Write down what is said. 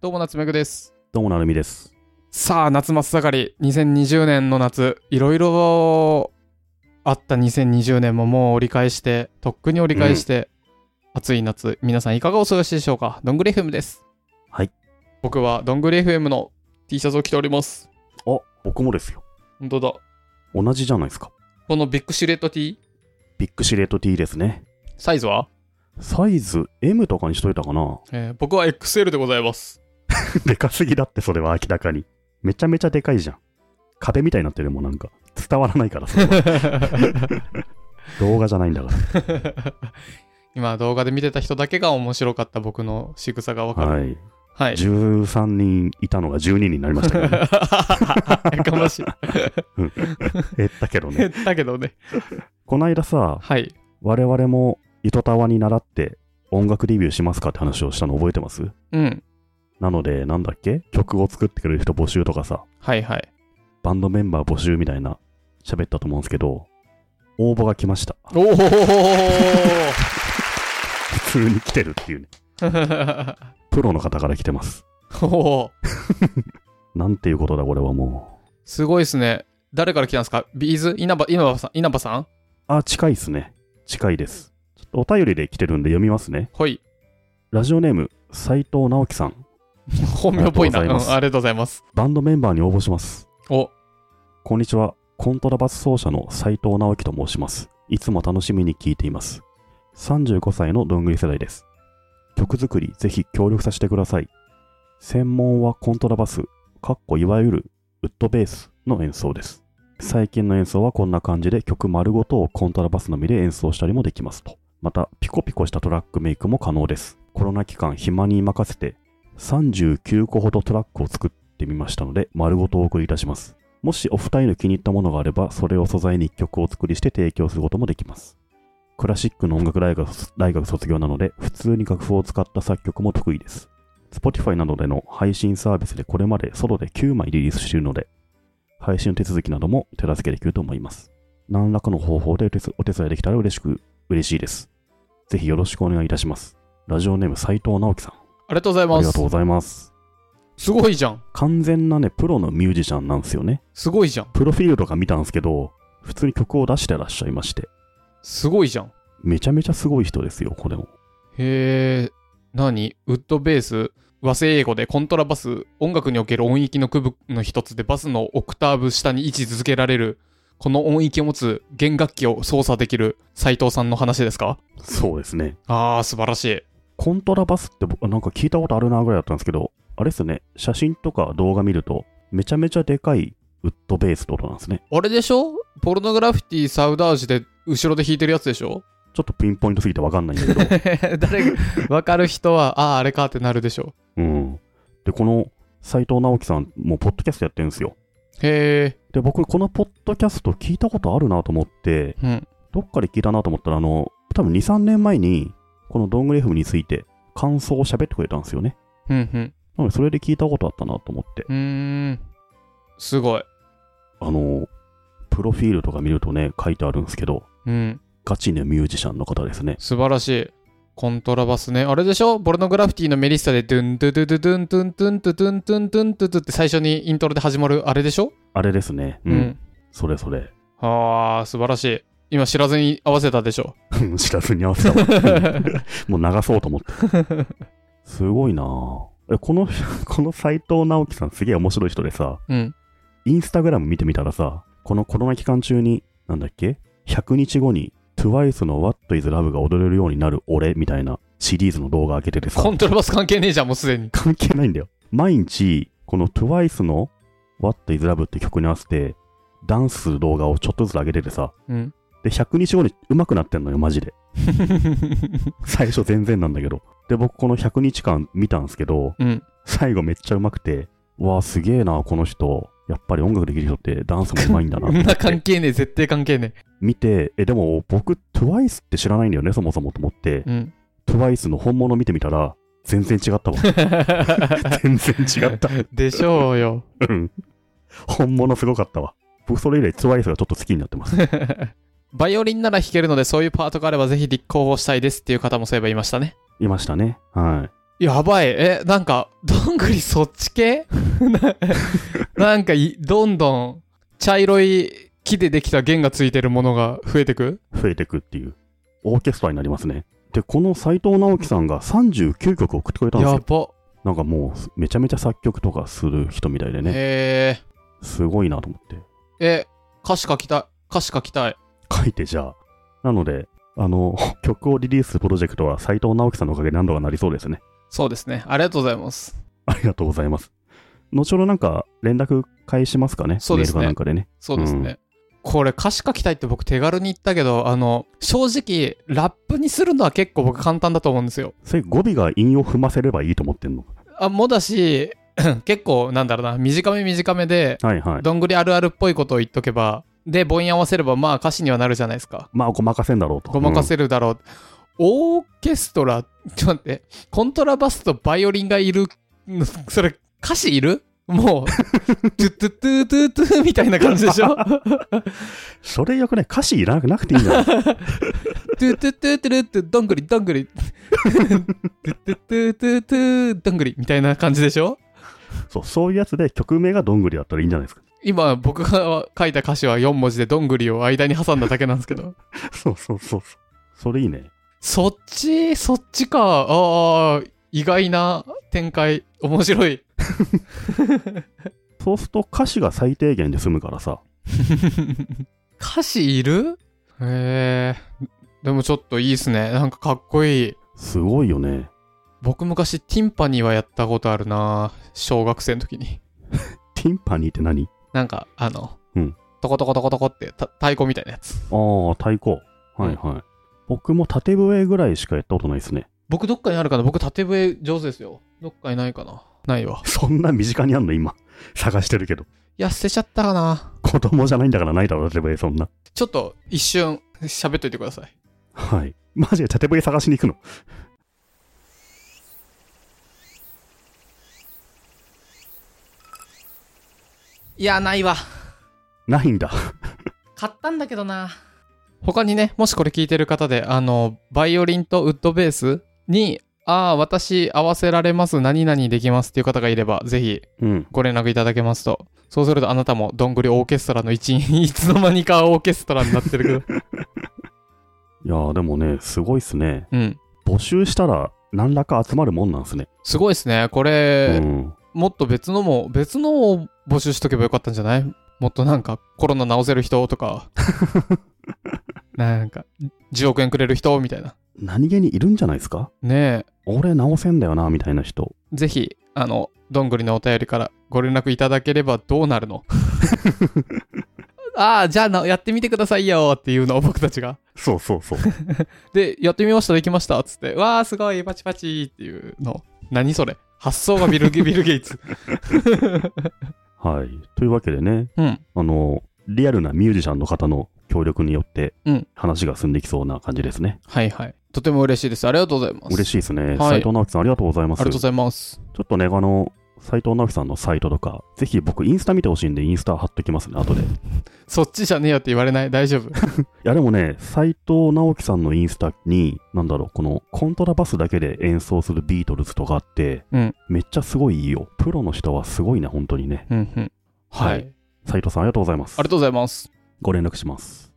どうも夏目くですどうもなるみです。さあ夏真っ盛り2020年の夏いろいろあった2020年ももう折り返してとっくに折り返して、暑い夏皆さんいかがお過ごしでしょうかどんぐり FM ですはい僕はどんぐり FM の T シャツを着ておりますあ、僕もですよ。本当だ同じじゃないですか。このビッグシルエット T ビッグシルエット T ですね。サイズは、サイズ M とかにしといたかなえー僕は XL でござい ます でかすぎだってそれは明らかに。めちゃめちゃでかいじゃん。壁みたいになってるもんなんか。伝わらないから さ。動画じゃないんだか。今動画で見てた人だけが面白かった僕の仕草がわからるははい。い13人いたのが12人になりました けどね。やかましい。減ったけどね。だけどね。こないださ、はい。我々も糸タワに習って音楽レビューしますかって話をしたの覚えてますうん。なので、なんだっけ曲を作ってくれる人募集とかさ。はいはい。バンドメンバー募集みたいな喋ったと思うんですけど、応募が来ました。おお普通に来てるっていうね。プロの方から来てます。 おーなんていうことだ、これはもう。すごいですね。誰から来たんですかビーズ稲葉、稲葉さん稲葉さんあ、近いっすね。近いです。ちょっとお便りで来てるんで読みますね。ほい。ラジオネーム、斉藤直樹さん。本名っぽいな。あうりんがとうございますありがとうございます。バンドメンバーに応募します。お、こんにちは。コントラバス奏者の斉藤直樹と申します。いつも楽しみに聞いています。35歳のどんぐり世代です。曲作り、ぜひ協力させてください。専門はコントラバス、かっこいわゆるウッドベースの演奏です。最近の演奏はこんな感じで曲丸ごとをコントラバスのみで演奏したりもできますと。また、ピコピコしたトラックメイクも可能です。コロナ期間暇に任せて39個ほどトラックを作ってみましたので、丸ごとお送りいたします。もしお二人の気に入ったものがあれば、それを素材に一曲を作りして提供することもできます。クラシックの音楽大学大学卒業なので、普通に楽譜を使った作曲も得意です。Spotify などでの配信サービスでこれまでソロで9枚リリースしているので、配信手続きなども手助けできると思います。何らかの方法でお手お手伝いできたら嬉しく、嬉しいです。ぜひよろしくお願いいたします。ラジオネーム斉藤直樹さん。ありがとうございあまりがとす。うございます。すごいじゃん。完全なね、プロのミュージシャンなんですよね。すごいじゃん。プロフィールとか見たんですけど、普通に曲を出してらっしゃいまして、すごいじゃん。めちゃめちゃすごい人ですよ、これも。へえ。何ウッドベース和製英語でコントラバス音楽における音域の区分の一つでバスのオクターブ下に位置づけられるこの音域を持つ弦楽器を操作できる斉藤さんの話ですかそうですね。ああ素晴らしいコントラバスって僕、なんか聞いたことあるなぐらいだったんですけど、あれっすね、写真とか動画見ると、めちゃめちゃでかいウッドベースってことなんですね。あれでしょポルノグラフィティサウダージで後ろで弾いてるやつでしょちょっとピンポイントすぎてわかんないんだ けど、誰分かる人はあああれかってなるでしょうん。で、この斎藤直樹さん、もうポッドキャストやってるんですよ。へで、僕、このポッドキャスト聞いたことあるなと思って、えうんどっかで聞いたなと思ったら、あの、多分2、3年前に、このどんぐり FM について感想を喋ってくれたんですよね。うんなので、それで聞いたことあったなと思って。うんうーんすごいあの、プロフィールとか見るとね、書いてあるんですけど、うんガチのミュージシャンの方ですね。素晴らしい。コントラバスね。あれでしょボルノグラフィティのメリッサで、ドゥンドゥドゥドゥドゥンドゥンドゥンドゥドゥンドゥンドゥンドゥンドゥンって最初にイントロで始まるあれでしょあれですね。うん。。それそれ。 ああ、素晴らしい。今知らずに合わせたでしょ。うん知らずに合わせた わ。うんもう流そうと思って。すごいなぁ。えこの、 この斎藤直樹さんすげえ面白い人でさ、 うん。インスタグラム見てみたらさ、このコロナ期間中に、なんだっけ ?100 日後に TWICE の What is Love が踊れるようになる俺みたいなシリーズの動画開けててさコ、ントラバス関係ねえじゃん、もうすでに。関係ないんだよ。毎日、この TWICE の What is Love って曲に合わせて、ダンスする動画をちょっとずつ上げててさ、うん。で、100日後に上手くなってんのよ、マジで。最初全然なんだけど。で、僕この100日間見たんですけど、うん。最後めっちゃ上手くて、わあすげえな、この人。やっぱり音楽できる人ってダンスも上手いんだなって そんな関係ねえ、絶対関係ね見て、え、でも僕、TWICE って知らないんだよね、そもそもと思ってえ。、 うん。 TWICE の本物見てみたら、全然 違ったわ。全然違った。でしょうよ。うん本物すごかったわ。僕、それ以来 TWICE がちょっと好きになってます。バイオリンなら弾けるので、そういうパートがあればぜひ立候補したいですっていう方もそういえばいましたね。いましたね。はやばい。え、なんか、どんぐりそっち系 ななんかい、どんどん茶色い木でできた弦がついてるものが増えてく増えてくっていう、オーケストラになりますね。で、この斎藤直樹さんが39曲送ってくれたんですやよ。ば。なんかもう、めちゃめちゃ作曲とかする人みたいでね、へえ。すごいなと思って。え、歌詞書きたい。歌詞書きたい。書いてじゃあ。なので、あの、 曲をリリースするプロジェクトは斎藤直樹さんのおかげで何度かなりそうですね。そうですね。ありがとうございます。ありがとうございます。後ほどなんか連絡返しますかね。そうですねメールかなんかでね。そうですね。これ歌詞書きたいって僕手軽に言ったけど、あの、正直、ラップにするのは結構僕簡単だと思うんですよ。それ語尾が韻を踏ませればいいと思ってんのか。あ、もだし、 結構なんだろうな、短め短めで、はいはい。どんぐりあるあるっぽいことを言っとけば、で、母音合わせれば、まあ歌詞にはなるじゃないですか。まあ、ごまかせんだろうと。ごまかうんせるだろう。オーケストラ、ちょっと待って、コントラバスとバイオリンがいる、のそれ、歌詞いるもう、トゥトゥトゥトゥトゥみたいな感じでしょそれよくね、歌詞いらなくなくていい んじゃないトゥトゥトゥトゥルトゥ、どんぐりどんぐり、トゥトゥトゥトゥトゥ、どんぐりみたいな感じでしょそう、そういうやつで曲名がどんぐりだったらいいんじゃないですか。今僕が書いた歌詞は4文字でどんぐりを間に挟んだだけなんですけど。そうそうそうそう。それいいね。そっち、そっちか。ああ、意外な展開。面白 い。そうすると歌詞が最低限で済むからさ。歌詞いるへえ。でもちょっといいっすね。なんかかっこいい。すごいよね。僕昔ティンパニーはやったことあるな。小学生の時に。ティンパニーって何なんか、あの、うんトコトコトコトコってた太鼓みたいなやつ。ああ、太鼓。はいはい。僕も縦笛ぐらいしかやったことないですね。僕どっかにあるかな僕縦笛上手ですよ。どっかにないかなないわ。そんな身近にあんの今。探してるけど。いや、捨てちゃったかな。子供じゃないんだからないだろ、縦笛そんな。ちょっと一瞬喋っといてください。はい。マジで縦笛探しに行くの。いや、ないわ。ないんだ。買ったんだけどな他にねもしこれ聞いてる方であのバイオリンとウッドベースにああ私合わせられます何々できますっていう方がいればぜひうん。ご連絡いただけますとそうするとあなたもどんぐりオーケストラの一員 いつの間にかオーケストラになってる けどいやーでもね、すごいっすね。うん募集したら何らか集まるもんなんすね。すごいですねこれう、ん。もっと別のも別のを募集しとけばよかったんじゃないもっとなんかコロナ治せる人とか なんか10億円くれる人みたいな何気にいるんじゃないですかねえ俺直せんだよな、みたいな人。ぜひ、あの、どんぐりのお便りからご連絡いただければどうなるの ああ、じゃあなやってみてくださいよっていうのを僕たちが。そうそうそう。で、やってみました、できましたっつって、わあ、すごい、パチパチっていうの。何それ発想がビルビル・ゲイツ。はい。というわけでね、うん。あの、リアルなミュージシャンの方の協力によってうん、話が進んでいきそうな感じですね。はいはい。とても嬉しいです。ありがとうございます。嬉い。しいですね。い斉藤直樹さん、ありがとうございあまりす。がとうちごょざいます。っとね、あの、斉藤直樹さんのサイトとか、ぜひ僕、インスタ見てほしいんで、インスタ貼っときますね、後で。いそっちじゃねえよって言われない大丈夫。や、でもね、斉藤直樹さんのインスタに、なんだろう、このコントラバスだけで演奏するビートルズとかあって、うんめっちゃすごいいいよ。プロの人はすごいね、本当にね。うんうん。はい。あ斉藤さん、ありがとうございますりが。とうございます。ご連絡します。